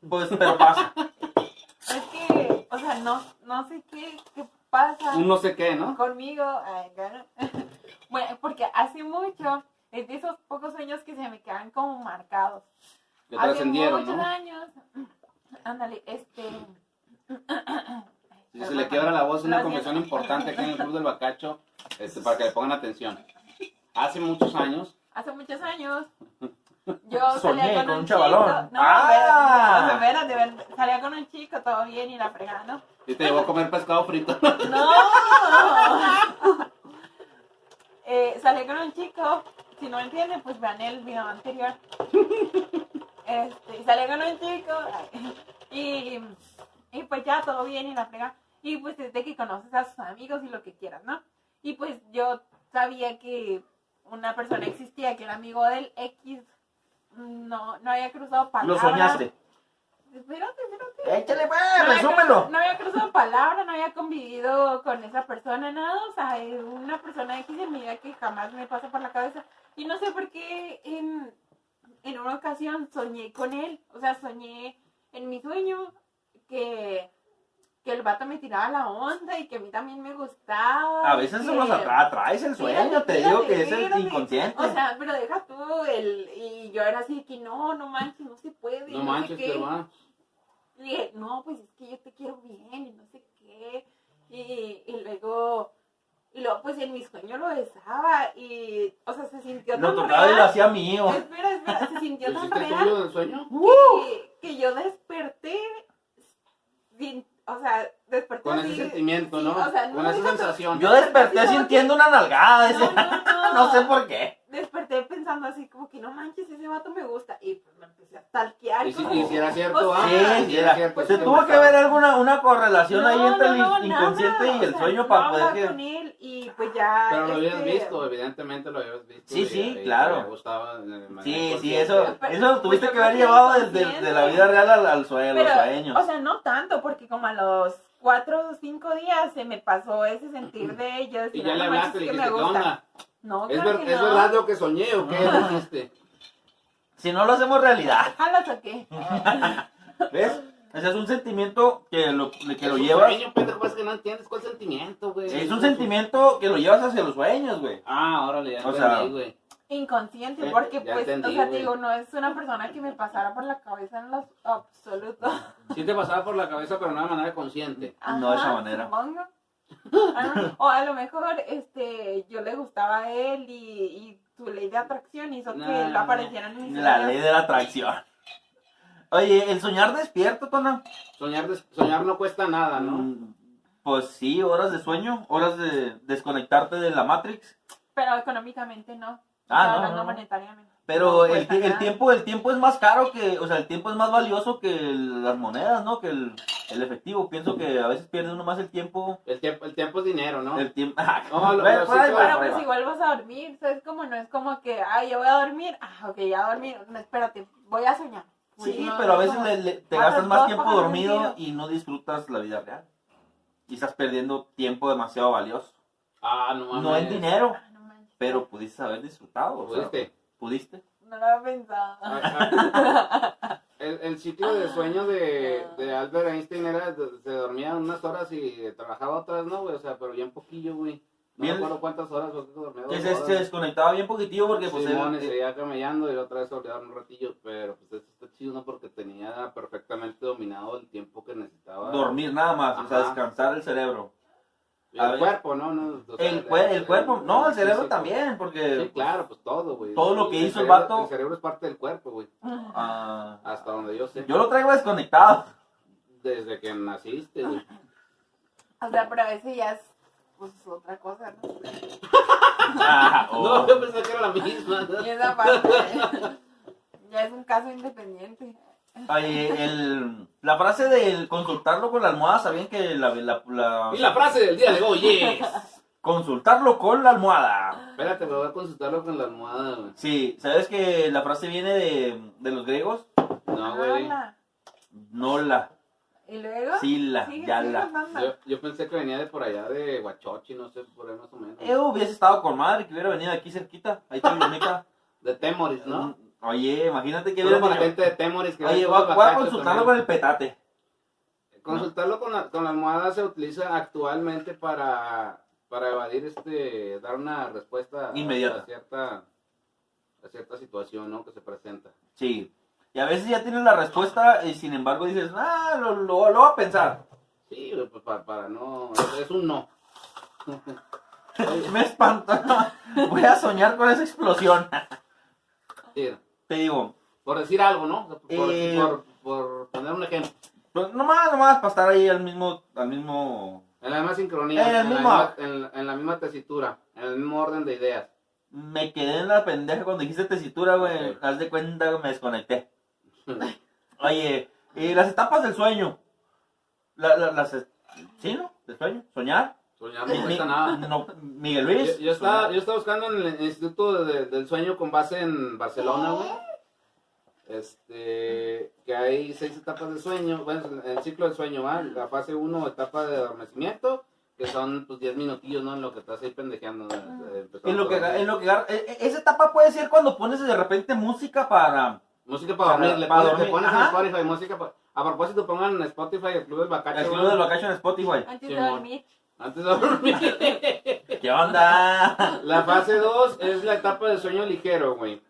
S3: Pues, pero pasa.
S4: Es que, o sea, no, no sé qué, qué pasa
S2: Un no sé qué, ¿no?
S4: conmigo. Ay, claro. [LAUGHS] bueno, porque hace mucho es de esos pocos sueños que se me quedan como marcados.
S2: que
S4: Hace
S2: trascendieron,
S4: muchos
S2: ¿no?
S4: años. [LAUGHS] Ándale, este.
S2: Si se le quiebra la voz, es una confesión importante aquí en el Club del Bacacho, este, para que le pongan atención. Hace muchos años,
S4: Hace muchos años. Yo
S3: Soñé
S4: salía con,
S3: con
S4: un
S3: un
S4: chico.
S3: chavalón.
S4: No,
S3: ¡Ah!
S4: espérate, no, espérate, espérate, Salía con un chico, todo bien y la fregada, ¿no?
S2: y te llevó a comer pescado frito.
S4: ¡No! eh, salí con un chico, si no entienden, pues vean el video anterior. Este, y salí con un chico y, y pues ya todo bien y la frega. Y pues desde que conoces a sus amigos y lo que quieras, ¿no? Y pues yo sabía que una persona existía, que era amigo del X, no, no había cruzado
S3: Lo
S4: palabras.
S3: soñaste.
S4: Espérate, espérate
S3: Échale, pues,
S4: había
S3: resúmelo.
S4: cru- no había cruzado palabra, no había convivido con esa persona, nada. O sea, es una persona X en mi vida que jamás me pasa por la cabeza. Y no sé por qué en, en una ocasión soñé con él. O sea, soñé en mi sueño que, que el vato me tiraba la onda y que a mí también me gustaba.
S3: A veces
S4: y
S3: se
S4: que-
S3: nos atra- atraes el sueño,
S4: Fíjate,
S3: te digo
S4: fíjate,
S3: que es el
S4: fíjate.
S3: inconsciente.
S4: O sea, pero deja tú el... Y yo era así de que no, no manches, no se puede.
S2: No
S4: sé
S2: manches,
S4: qué.
S2: pero va.
S4: Le dije, no, pues es que yo te quiero bien y no sé qué. Y, y luego, y luego, pues en mis sueños lo besaba y, o sea, se sintió
S3: Lo
S4: tan
S3: tocaba y lo
S4: real.
S3: hacía mío.
S4: Espera, espera,
S2: [LAUGHS]
S4: se sintió
S2: ¿Lo
S4: tan
S2: hiciste
S4: real
S2: tuyo del sueño?
S4: que, que yo desperté, sin- o sea, desperté
S2: Con
S4: así,
S2: ese sentimiento,
S4: sí,
S2: ¿no?
S4: o sea, no
S2: Con esa
S4: deja tú-
S2: sensación.
S3: Yo desperté sintiendo una nalgada. dice.
S2: [LAUGHS]
S3: [LAUGHS]
S4: No, no,
S3: No sé por qué.
S4: Desperté pensando así como que no manches, ese vato me gusta. Y pues me empecé a talquear.
S2: Y si,
S4: como-
S2: y si era cierto,
S4: O sea,
S2: ah,
S3: Sí,
S2: si
S3: sí, era. pues,
S2: cierto,
S3: Se
S2: sí,
S3: tuvo
S2: me
S3: que ver
S2: gustaba.
S3: alguna una correlación ahí entre el
S4: no,
S3: inconsciente
S4: nada,
S3: y el
S4: o sea,
S3: sueño
S4: no
S3: para
S4: hablaba
S3: poder que...
S4: con él y pues ya...
S2: Pero lo habías
S4: este,
S2: visto, evidentemente lo habías visto.
S3: Sí,
S2: y-
S3: sí,
S2: y te
S3: claro.
S2: había gustado de manera
S3: Sí, sí,
S2: consciente.
S3: eso,
S4: Pero-
S3: eso tuviste
S4: pero
S3: que haber
S4: es
S3: llevado desde
S4: inconsciente.
S3: de la vida real al, al sue- los
S4: pero,
S3: sueños.
S4: O sea, no tanto, porque como a los cuatro o cinco días se me pasó ese sentir
S2: [CLEARS THROAT]
S4: de yo decir,
S2: Y ya
S4: "Ah,
S2: le
S4: no
S2: hablaste,
S4: manches,
S2: le
S4: que
S2: dijiste,
S4: me
S2: ¿qué
S4: gusta.
S2: onda?
S4: No,
S2: ¿Es,
S4: claro
S2: ver-
S4: que
S2: ¿Es
S4: no. Ah.
S2: verdad
S4: [LAUGHS]
S2: lo que soñé o qué este,
S3: No.
S2: dijiste?
S3: si no lo hacemos realidad,
S4: Jalas o qué.
S3: ¿ves? Ese es un sentimiento que lo, que
S2: Es
S3: lo
S2: un
S3: llevas...
S2: Sueño, pendejo, pasa que no entiendes cuál sentimiento, güey.
S3: Es un sentimiento que lo llevas hacia los sueños, güey.
S2: Ah, órale, ya
S3: O
S2: entendí,
S3: sea,
S2: güey.
S4: Inconsciente,
S2: Eh,
S4: porque
S2: ya
S4: pues,
S2: entendí,
S4: o sea, te
S2: güey.
S4: digo, no es una persona que me pasara por la cabeza en lo absoluto.
S2: Sí te pasaba por la cabeza, pero no de manera consciente.
S3: No de esa
S4: Ajá,
S3: manera.
S4: supongo.
S3: [LAUGHS]
S4: Ah, no, O a lo mejor este yo le gustaba a él y, y su ley de atracción hizo
S2: No,
S4: que
S2: no,
S4: lo
S2: no.
S4: apareciera en mis
S3: La
S4: sueños.
S3: ley de la atracción. Oye, el soñar despierto, Tona.
S2: Soñar, des- soñar no cuesta nada, ¿no?
S3: Mm, Pues sí, horas de sueño, horas de desconectarte de la Matrix.
S4: Pero económicamente no.
S3: Ah,
S4: Ah,
S3: no, no,
S4: hablando
S3: no.
S4: monetariamente.
S3: Pero
S4: No
S3: el,
S4: cuesta
S3: ti- el
S4: nada.
S3: tiempo, el tiempo es más caro que, o sea, el tiempo es más valioso que el- las monedas, ¿no? Que el, el efectivo. Pienso que a veces pierde uno más el tiempo.
S2: El tiempo, el tiempo es dinero, ¿no?
S3: El tiempo. [LAUGHS] ah,
S2: No, lo- lo- sí, claro,
S4: Pero pues igual vas a dormir, ¿sabes? Como no es como que, ay, yo voy a dormir. Ah, ok, ya dormí. No, espérate, voy a soñar. Pues
S3: Sí,
S4: no,
S3: pero a
S4: no es
S3: veces
S4: como-
S3: le- le- te
S4: matas
S3: gastas
S4: dos
S3: más tiempo
S4: pájaros de un
S3: dormido
S4: tiro.
S3: y no disfrutas la vida real. Y estás perdiendo tiempo demasiado valioso.
S2: Ah, no mames.
S3: No en dinero,
S4: Ah, no manches.
S3: pero pudiste haber disfrutado. o sea,
S2: ¿Oíste?
S3: ¿Pudiste?
S4: No lo había pensado. [LAUGHS]
S2: Ah, ah. El, el ciclo de sueño de,
S4: Ah.
S2: de Albert Einstein era, de- se dormía unas horas y trabajaba otras, ¿no, güey? O sea, pero bien poquillo, güey. No
S3: Bien. este
S2: me acuerdo cuántas horas, güey, que dormía dos
S3: Que se,
S2: horas.
S3: se desconectaba bien poquitivo porque pues
S2: Simón,
S3: él-
S2: y seguía camellando y otra vez olvidaba un ratillo, pero pues esto está chido, ¿no? Porque tenía perfectamente dominado el tiempo que necesitaba.
S3: dormir nada más, o sea,
S2: Ajá.
S3: descansar el cerebro.
S2: Y
S3: A
S2: El
S3: ver.
S2: cuerpo, ¿no? no o sea,
S3: El, cue- el cuerpo, no, el cerebro
S2: físico.
S3: también, porque
S2: Sí, claro, pues todo, güey.
S3: Todo lo que hizo el
S2: cerebro-
S3: vato-
S2: El cerebro es parte del cuerpo, güey.
S3: ah,
S2: Hasta donde yo sé.
S3: yo lo traigo desconectado.
S2: Desde que naciste,
S3: [LAUGHS]
S2: güey.
S4: O sea, pero a veces ya es pues, otra cosa, ¿no?
S3: Ah,
S2: [LAUGHS]
S3: oh.
S2: No, [LAUGHS] yo pensé que era la misma.
S4: Y [LAUGHS] esa parte ya es un caso independiente.
S3: [LAUGHS] Oye, el- la frase del consultarlo con la almohada, ¿sabían que la, la- la-
S2: Y la frase del día de hoy es...
S3: consultarlo con la almohada?
S2: Espérate, me voy a consultarlo con la almohada, güey.
S3: Sí, ¿sabes que la frase viene de, de los griegos?
S4: Ah,
S2: No, güey.
S4: Ala.
S3: Nola,
S4: ¿Y luego?
S3: sila,
S4: Sigue, sigue
S3: yala.
S4: contando.
S2: Yo, yo pensé que venía de por allá de Huachochi, no sé, por ahí más o menos.
S3: Eh, hubiese estado con madre que hubiera venido aquí cerquita. Ahí está mi
S2: [LAUGHS]
S3: mica.
S2: De Temoris, ¿no?
S3: Oye, imagínate que
S2: Solo
S3: hubiera
S2: para la
S3: dicho,
S2: gente de Temoris. Que
S3: Oye,
S2: ve
S3: voy a,
S2: todos los
S3: voy a
S2: batachos
S3: consultarlo
S2: también.
S3: con el petate.
S2: Consultarlo con la, con la almohada se utiliza actualmente para, para evadir, este, dar una respuesta a-
S3: Inmediata.
S2: A, cierta, a cierta situación ¿no? que se presenta.
S3: Sí. Y a veces ya tienes la respuesta y sin embargo dices, ah, lo, lo, lo voy a pensar.
S2: Sí, güey, pues para, para no. es- Es un no. [LAUGHS]
S3: Me espanta. Voy a soñar con esa explosión.
S2: Sí,
S3: Te digo,
S2: por decir algo, ¿no? Por,
S3: Eh.
S2: por, por poner un ejemplo.
S3: pues nomás, nomás para estar ahí al mismo, al mismo,
S2: En la misma sincronía.
S3: En el
S2: la
S3: mismo-
S2: misma- en la- en la misma tesitura. En el mismo orden de ideas.
S3: me quedé en la pendeja cuando dijiste tesitura, güey.
S2: Ok.
S3: Haz de cuenta que me desconecté. Oye, eh, las etapas del sueño. La- la- las, es- sí, ¿no? Del sueño. Soñar.
S2: Pues ya no
S3: Mi-
S2: cuesta
S3: mi-
S2: nada.
S3: no, Miguel
S2: Yo,
S3: Luis.
S2: yo estaba,
S3: soñar.
S2: yo estaba buscando en el Instituto de- del Sueño con base en Barcelona, güey. Este, que hay seis etapas de sueño, bueno, el ciclo del sueño, ¿va? La fase 1, etapa de adormecimiento, que son pues 10 minutillos, ¿no? En lo que estás ahí pendejeando. eh, eh, empezando
S3: En lo que,
S2: a dormir.
S3: en lo que, agar- e- e- esa etapa puede ser cuando pones de repente música para...
S2: Música para
S3: para-
S2: dormir, le
S3: para
S2: pones,
S3: dormir,
S2: le pones en
S3: ajá.
S2: Spotify, música pa- A propósito, pongan en Spotify el Club del Bacacho.
S3: El club
S2: güey,
S3: de vacaciones en Spotify.
S4: Antes de
S2: Simón.
S4: dormir.
S2: Antes de
S3: [LAUGHS]
S2: dormir. [LAUGHS]
S3: ¿Qué onda?
S2: la fase 2 es la etapa del sueño ligero, güey.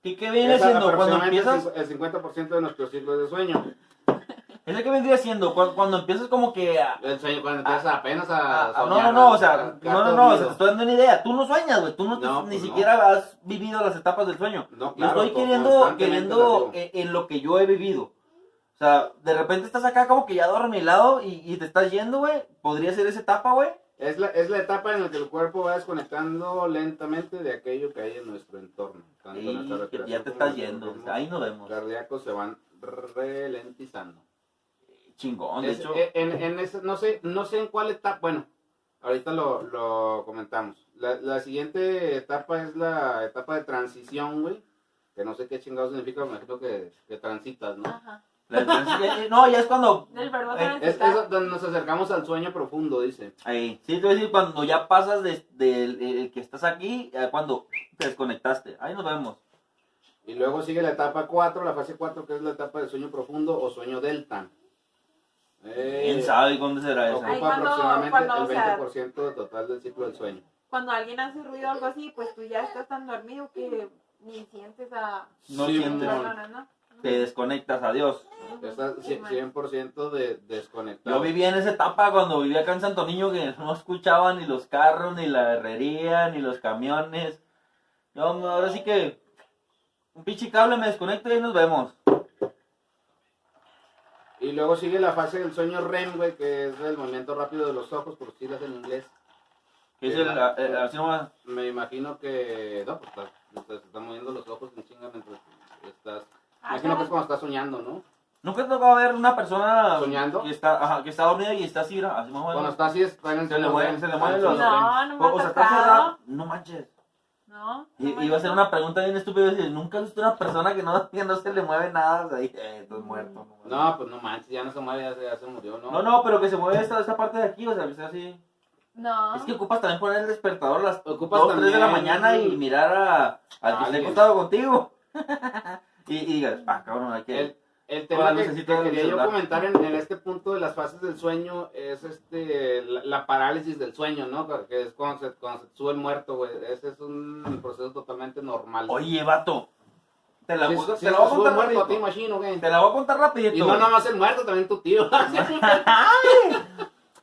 S3: ¿Y qué viene
S2: Es
S3: siendo cuando
S2: aproximadamente
S3: empiezas?
S2: El 50% de nuestros ciclos de sueño.
S3: ¿Ese qué vendría siendo? Cuando, cuando empiezas como que... a-
S2: El sueño cuando empiezas apenas a.
S3: a- a- Ah, no,
S2: soñar,
S3: no, no, o
S2: a-
S3: sea,
S2: a-
S3: no, no,
S2: a-
S3: no, o sea, te estoy dando una idea. Tú no sueñas, güey, tú no, te-
S2: No, pues
S3: ni
S2: no.
S3: siquiera has vivido las etapas del sueño.
S2: No,
S3: Yo
S2: claro,
S3: estoy
S2: to-
S3: queriendo,
S2: constantemente
S3: queriendo
S2: las digo.
S3: en, en lo que yo he vivido. O sea, de repente estás acá como que ya dormilado y, y te estás yendo, güey. ¿Podría ser esa etapa, güey?
S2: Es la, es la etapa en la que el cuerpo va desconectando lentamente de aquello que hay en nuestro entorno. Tanto
S3: Y
S2: nuestra
S3: que
S2: respiración
S3: ya te
S2: como
S3: estás
S2: nuestro
S3: yendo.
S2: ritmo
S3: Ahí nos vemos.
S2: cardíaco se van ralentizando.
S3: Chingón, de
S2: Es-
S3: hecho.
S2: eh, en, en esa- no, sé, no sé en cuál etapa, bueno, ahorita lo, lo comentamos. La, la siguiente etapa es la etapa de transición, güey. Que no sé qué chingado significa, me imagino que, que transitas, ¿no?
S4: Ajá.
S3: la diferencia- ya- ya- no, ya es cuando.
S4: Del verbo
S3: Eh,
S4: transitar.
S2: Es, es donde nos acercamos al sueño profundo, dice.
S3: Ahí. Sí, te voy a decir, cuando ya pasas del de, el- el que estás aquí, a cuando te desconectaste. Ahí nos vemos.
S2: Y luego sigue la etapa 4, la fase 4, que es la etapa del sueño profundo o sueño delta. Eh,
S3: ¿Quién sabe dónde será eso?
S4: Ahí
S2: Ocupa
S4: cuando-
S2: aproximadamente
S4: cuando, o
S2: el
S4: sea-
S2: 20% del total del ciclo del sueño.
S4: Cuando alguien hace ruido o algo así, pues tú ya estás tan dormido que ni sientes a
S3: No
S2: Sí,
S4: las
S3: sientes.
S2: mon.
S4: personas, ¿no?
S3: Te desconectas, adiós.
S4: Ujú.
S2: Está cien-
S4: Simón.
S2: 100% de desconectado.
S3: Yo vivía en esa etapa cuando vivía acá en Santo Niño que [LAUGHS] no escuchaba ni los carros, ni la herrería, ni los camiones. Yo ahora sí que un pinche cable me desconecto y ahí nos vemos.
S2: Y luego sigue la fase del sueño REM, güey, que es el movimiento rápido de los ojos, por siglas en inglés.
S3: Que es el, a- el- así nomás.
S2: Me imagino que... No, pues está- está- se están moviendo los ojos en chinga mientras estás...
S4: Ah,
S2: Imagino que
S4: caray.
S2: es cuando estás soñando, ¿no?
S3: Nunca te tocado ver una persona
S2: ¿Soñando?
S3: que está, ajá, que está dormida y está así, mira, así más o menos.
S2: Cuando estás así, está en el
S3: Se le
S2: sueño
S3: mueven-
S2: REM.
S3: se le mueven
S2: Ah,
S3: los-
S4: No, no me
S3: o,
S4: ha
S3: o sea, está
S4: tocado.
S3: cerrado. No manches.
S4: No.
S3: Y,
S4: no
S3: iba a ser
S4: no.
S3: una pregunta bien estúpida. decir, Nunca has visto una persona que no, [LAUGHS] que no se le mueve nada. O sea, ahí, eh, estás muerto.
S2: No, pues no manches, ya no se mueve, ya se, ya se murió, ¿no?
S3: No, no, pero que se mueve esta, esta parte de aquí, o sea, que está así.
S4: No.
S3: Es que ocupas también poner el despertador a las
S2: Ocupas
S3: 2, 3 de la
S2: también. pues.
S3: mañana y mirar a, al que
S2: Alguien.
S3: esté acostado contigo. [LAUGHS] y, y digas, ah, cabrón, hay que...
S2: El, el tema
S3: Ahora
S2: que, que
S3: necesito el
S2: quería yo
S3: celular.
S2: comentar en, en este punto de las fases del sueño es este la, la parálisis del sueño, ¿no? Que es cuando se, cuando se te sube el muerto, güey. Ese es un proceso totalmente normal.
S3: Oye, vato, te la,
S2: Si-
S3: voy-
S2: si
S3: te
S2: se
S3: la voy a
S2: sube el
S3: contar
S2: muerto a ti,
S3: rapidito.
S2: imagino, güey.
S3: Te la voy a contar
S2: Y
S3: rapidito.
S2: no nada más el muerto, también tu
S3: [LAUGHS]
S2: tío.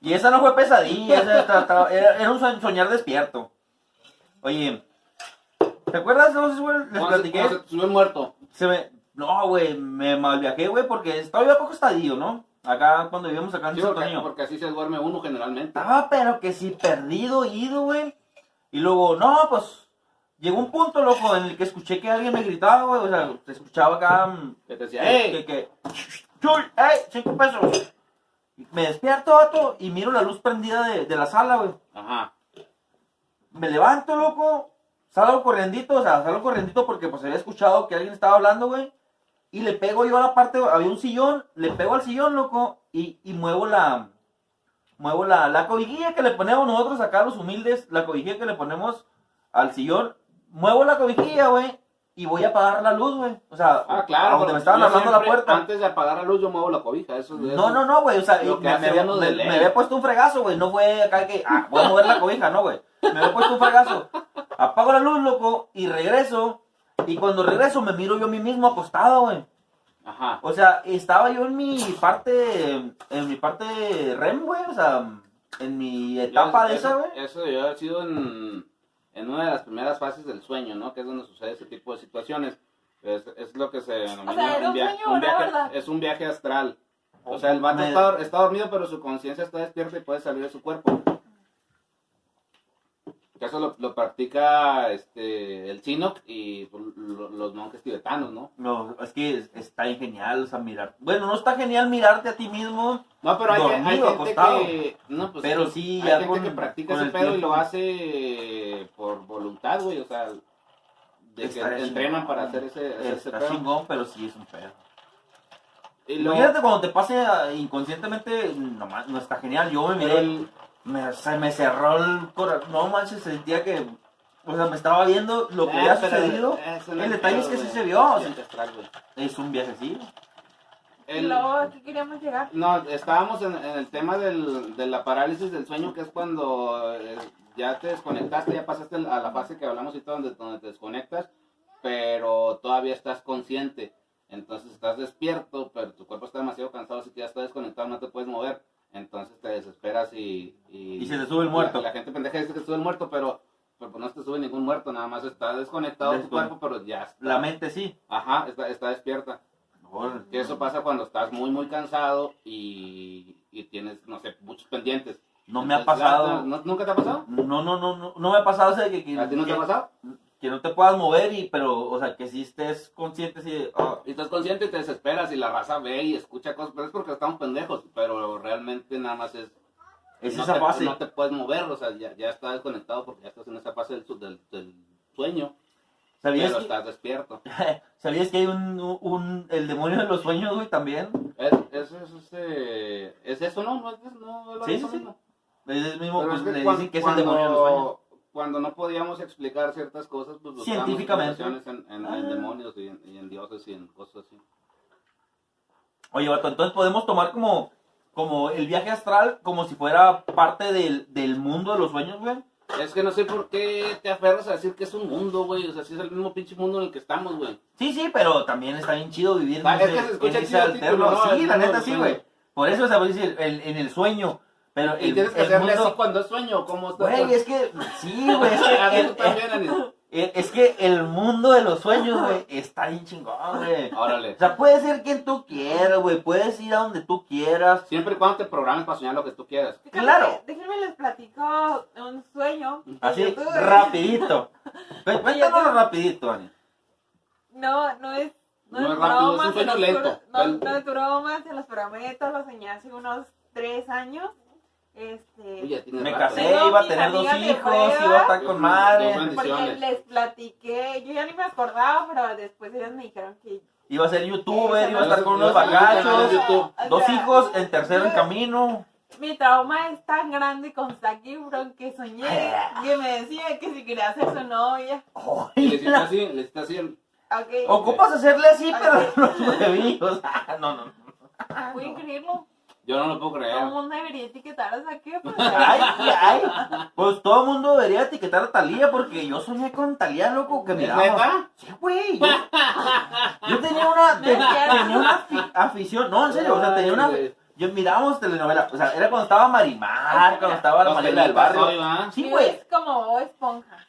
S3: Y esa no fue pesadilla, [LAUGHS] esa está- está- era, era un sue- soñar despierto. Oye, ¿te acuerdas? No sé si fue- les
S2: cuando, se,
S3: platiqué.
S2: cuando se te sube el muerto.
S3: Se me... No, güey, me malviajé, güey, porque estaba yo a poco estadillo, ¿no? Acá, cuando vivíamos acá en
S2: Sí,
S3: Santo
S2: porque,
S3: Niño.
S2: porque así se duerme uno generalmente.
S3: Estaba, pero que sí, perdido, ido, güey. Y luego, no, pues, llegó un punto, loco, en el que escuché que alguien me gritaba, güey. O sea, se escuchaba acá, mm,
S2: Que te
S3: que,
S2: decía, ¡eh!
S3: que, que, "Chuy, ey, cinco pesos. Me despierto, vato, y miro la luz prendida de, de la sala, güey.
S2: Ajá.
S3: Me levanto, loco, salgo corriendito, o sea, salgo corriendito porque, pues, había escuchado que alguien estaba hablando, güey. Y le pego yo a la parte, había un sillón, le pego al sillón, loco, y, y muevo la, muevo la, la cobijilla que le ponemos nosotros acá los humildes, la cobijilla que le ponemos al sillón, muevo la cobijilla, güey, y voy a apagar la luz, güey. O sea,
S2: Ah, claro.
S3: a donde
S2: porque
S3: me estaban
S2: yo
S3: agarrando la
S2: siempre,
S3: puerta.
S2: Antes de apagar la luz, yo muevo la cobija. Eso,
S3: No, no, no, güey, o sea,
S2: Lo que
S3: me, me
S2: hace
S3: había,
S2: uno de
S3: me-
S2: ley.
S3: me había puesto un fregazo, güey, no fue acá que, ah, voy a mover la cobija, no, güey. Me había puesto un fregazo. Apago la luz, loco, y regreso, y cuando regreso me miro yo a mí mismo acostado, güey.
S2: Ajá.
S3: O sea, estaba yo en mi parte, en mi parte REM, güey, o sea, en mi etapa
S2: Yo-
S3: de esa,
S2: eso-
S3: güey.
S2: Eso debió haber sido en, en una de las primeras fases del sueño, ¿no? Que es donde sucede ese tipo de situaciones. Es, es lo que se denomina
S4: sea, era un
S2: via-
S4: sueño, ¿verdad,
S2: viaje,
S4: verdad?
S2: es un viaje astral. O sea, el vato
S3: Oh, Me-
S2: está, dor- está dormido, pero su conciencia está despierta y puede salir de su cuerpo. Que eso lo, lo practica este, el Sinok y pues, lo- los monjes tibetanos, ¿no?
S3: No, es que es- está bien genial, o sea, mirar. Bueno, no está genial mirarte a ti mismo.
S2: No, pero hay, hay
S3: Dormido,
S2: gente
S3: acostado.
S2: que. No, pues,
S3: Pero sí,
S2: hay
S3: ya
S2: gente
S3: con-
S2: que practica
S3: con
S2: ese
S3: el
S2: pedo y
S3: tiempo.
S2: lo hace por voluntad, güey. O sea, de que
S3: Está chingón.
S2: entrenan para hacer ese, hacer ese
S3: Está
S2: pedo.
S3: chingón, pero sí es un pedo.
S2: Y lo-
S3: Imagínate cuando te pase ah, inconscientemente, no, ma- no está genial. Yo me miré,
S2: el-
S3: me- se me cerró el corazón. No manches, sentía que, o sea, me estaba viendo lo que
S2: Ah,
S3: había
S2: pero,
S3: sucedido.
S2: eh, eso no
S3: el detalle es que
S2: pedo,
S3: sí
S2: güey.
S3: se vio, o sea.
S2: Sí, astral, güey.
S3: Es un viaje así.
S4: Y
S2: El-
S4: luego, ¿a qué queríamos llegar?
S2: No, estábamos en, en el tema del, de la parálisis del sueño, que es cuando eh, ya te desconectaste, ya pasaste a la fase que hablamos y todo, donde, donde te desconectas, pero todavía estás consciente. Entonces estás despierto, pero tu cuerpo está demasiado cansado, así que ya está desconectado, no te puedes mover. Entonces te desesperas y... Y,
S3: Y se te sube el muerto.
S2: La, la gente pendeja dice que se sube el muerto, pero, pero pues no se te sube ningún muerto, nada más está desconectado tu
S3: Descone-
S2: cuerpo, pero ya está.
S3: La mente sí.
S2: Ajá, está, está despierta.
S3: Por-
S2: Que eso pasa cuando estás muy, muy cansado y, y tienes, no sé, muchos pendientes.
S3: No me ha
S2: Entonces,
S3: pasado.
S2: ah, ¿no- ¿Nunca te ha pasado?
S3: No, no, no, no, no me ha pasado, o sea, que, que,
S2: ¿A ti no te ha
S3: que-
S2: pasado?
S3: que no te puedas mover, y pero, o sea, que si estés consciente, sí, ah,
S2: Y estás consciente y te desesperas y la raza ve y escucha cosas, pero es porque estamos pendejos, pero realmente nada más es...
S3: es
S2: no
S3: esa
S2: te,
S3: fase.
S2: No te puedes mover, o sea, ya, ya estás desconectado porque ya estás en esa fase del, su- del, del sueño,
S3: ¿Sabías,
S2: pero
S3: que,
S2: estás despierto.
S3: [LAUGHS] ¿Sabías que hay un, un, el demonio de los sueños, güey, también?
S2: Es, es, es, este- es eso, ¿no? No es, no, es
S3: Sí,
S2: eso
S3: sí, sí.
S2: mismo.
S3: Es el mismo,
S2: Pero
S3: pues,
S2: es que
S3: le
S2: cuan-
S3: dicen que es el
S2: cuando-
S3: demonio de los sueños.
S2: Cuando no podíamos explicar ciertas cosas, pues buscábamos
S3: Científicamente.
S2: explicaciones en, en- en
S3: Ah.
S2: demonios y en, y en dioses y en cosas así.
S3: Oye, vato, entonces podemos tomar como, como el viaje astral, como si fuera parte del, del mundo de los sueños, güey.
S2: Es que no sé por qué te aferras a decir que es un mundo, güey. O sea, si es el mismo pinche mundo en el que estamos, güey.
S3: Sí, sí, pero también está bien chido vivir en
S2: Ah, es
S3: ese-
S2: que se escucha
S3: en ese
S2: chido el
S3: alterno.
S2: título, ¿no?
S3: Sí,
S2: El
S3: la
S2: mundo
S3: neta
S2: de los
S3: sí,
S2: sueños.
S3: güey. Por eso, o sea, por decir, el- en el sueño. Pero
S2: Y
S3: el,
S2: tienes que
S3: el
S2: hacerle
S3: mundo-
S2: así cuando es sueño, ¿cómo está?
S3: Güey, es que, sí,
S2: [LAUGHS]
S3: güey, es
S2: A
S3: que,
S2: ver,
S3: el,
S2: tú también,
S3: [LAUGHS]
S2: Anis.
S3: el- es que el mundo de los sueños, güey, está bien chingón, güey.
S2: Órale.
S3: O sea, puedes ser quien tú quieras, güey, puedes ir a donde tú quieras.
S2: Siempre y cuando te programes para soñar lo que tú quieras.
S4: Déjenme-
S3: Claro.
S4: Déjenme les platico un sueño. que
S3: Así,
S4: yo
S3: [LAUGHS]
S4: tuve.
S3: rapidito. Güey, Cuéntanoslo
S4: tuve-
S3: rapidito, Ani.
S4: No, no es. No,
S2: No
S4: es
S2: es rápido,
S4: broma,
S2: es un
S4: se
S2: sueño
S4: los
S2: lento.
S4: juro- No,
S2: Lento.
S4: no es broma, se los prometo, lo soñé hace unos tres años. Este.
S2: Uy, ya tienes
S3: Me
S2: rato,
S3: casé,
S2: ¿eh?
S4: Tengo
S3: iba a
S4: mis
S3: tener dos
S4: amigas de
S3: hijos,
S4: prueba.
S3: iba a estar con madre,
S2: Dos
S4: porque
S2: bendiciones.
S4: les platiqué, yo ya ni me acordaba, pero después ellos me dijeron que
S3: iba a ser youtuber, iba a
S2: Yo
S3: estar con
S2: soy- yo
S3: unos
S2: soy canal de
S3: bagachos,
S2: YouTube.
S4: O
S3: dos
S4: sea,
S3: hijos, el tercero en
S4: yo-
S3: camino.
S4: Mi trauma es tan grande con Zac Efron que
S3: [LAUGHS]
S4: soñé que me decía que si quería ser su novia.
S2: Y le hiciste así, le hiciste así. el-
S4: Ok,
S3: Ocupas hacerle así,
S4: Ay,
S3: pero
S4: sí.
S3: los huevillos. Ah, [LAUGHS] No, Ah, no, no.
S4: ¿pueden creerlo?
S2: Yo no lo puedo creer.
S4: Todo el mundo debería etiquetar a
S3: [LAUGHS]
S4: Zac Efron.
S3: Ay, ay. Pues todo el mundo debería etiquetar a Talía porque yo soñé con Talía, loco, que
S2: ¿Es
S3: mirábamos.
S2: neta?
S3: Sí, güey. Yo, yo tenía
S4: [LAUGHS]
S3: una, te- tenía una afi- afición. No, en serio, o sea, tenía una.
S2: Ay,
S3: Yo mirábamos telenovela. O sea, era cuando estaba Marimar, cuando estaba la
S2: Los
S3: Mariela del
S2: pelitos
S3: barrio.
S2: hoy, ¿va?
S3: Sí, güey.
S4: Es como Bob esponja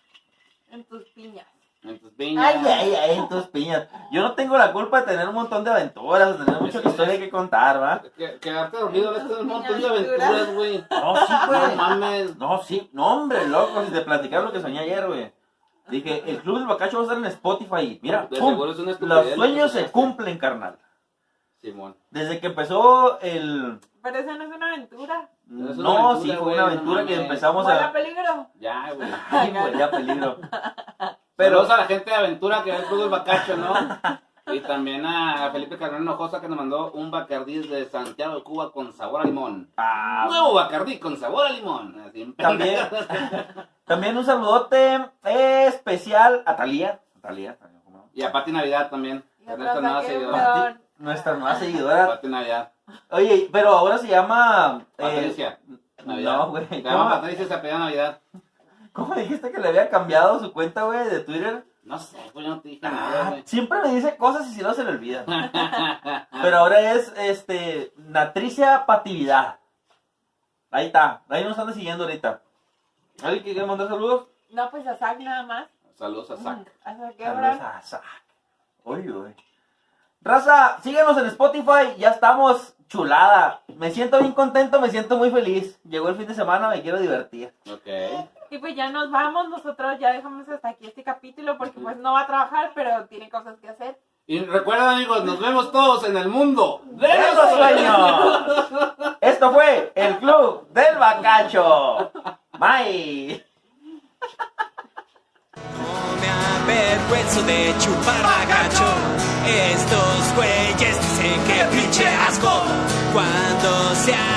S4: en tus piñas.
S2: En tus piñas.
S3: Ay, ay, ay, en tus piñas. Yo no tengo la culpa de tener un montón de aventuras, de tener mucha historia que contar, ¿va?
S2: Que- Quedarte dormido en un montón de aventuras, güey.
S3: No, sí,
S2: No
S3: güey.
S2: mames.
S3: No, sí, no, hombre, loco, si te platicar lo que soñé ayer, güey. Dije, el Club del Bacacho va a estar en Spotify. Mira,
S2: De
S3: ¡pum!
S2: seguro es una estupidez
S3: los
S2: lo
S3: sueños
S2: que
S3: se
S2: soñaste.
S3: cumplen, carnal.
S2: Simón.
S3: Desde que empezó el...
S4: Pero esa no es una aventura.
S2: Pero es una
S3: no,
S2: aventura,
S3: sí, fue
S2: güey,
S3: una
S2: no
S3: aventura que
S2: mames.
S3: empezamos
S4: Bueno,
S3: a...
S4: peligro.
S2: Ya, güey.
S3: [LAUGHS] Ay, güey, ya peligro.
S2: Pero
S3: Pero,
S2: a la gente de aventura que ve el Club del Bacacho, ¿no? Y también a Felipe Carrón Hinojosa que nos mandó un Bacardí de Santiago de Cuba con sabor a limón.
S3: ah,
S2: Nuevo Bacardí con sabor a limón. Así en
S3: También. también un saludote especial a Talía. Talía, Talía, ¿cómo
S2: [LAUGHS] Y a Pati Navidad también.
S4: Y
S2: Que
S4: otra
S2: nuestra nueva
S4: Zac
S2: seguidora.
S4: Efron.
S3: no? Nuestra nueva seguidora.
S2: Pati Navidad.
S3: Oye, pero ahora se llama... eh,
S2: Patricia. Navidad.
S3: no, güey.
S2: Se
S3: ¿cómo?
S2: llama Patricia y se apellida Navidad.
S3: ¿Cómo dijiste que le había cambiado su cuenta, güey, de Twitter?
S2: No sé, pues yo no te dije nada,
S3: Ah,
S2: güey.
S3: siempre me dice cosas y si no se
S2: [LAUGHS]
S3: le olvida. Pero ahora es este Natricia Patividad. Ahí está. Ahí nos están siguiendo ahorita. ¿Alguien que quiere mandar saludos?
S4: No, pues a Zack nada más.
S2: Saludos a Zac.
S4: Mm, A Zac
S3: Saludos ah,
S4: Efron.
S3: a Zac. Uy, uy. Raza, síguenos en Spotify. Ya estamos. Chulada. Me siento bien contento, me siento muy feliz. Llegó el fin de semana, me quiero divertir.
S2: Ok.
S4: Y pues ya nos vamos, nosotros ya dejamos hasta aquí este capítulo porque pues no va a trabajar, pero tiene cosas que hacer.
S2: Y recuerden, amigos, nos vemos todos en el mundo de
S3: ¡De los sueños! Esto fue el Club del Bacacho. Bye.
S1: No me avergüenzo de chupar bagacho. Estos güeyes dicen que pinche asco. Cuando se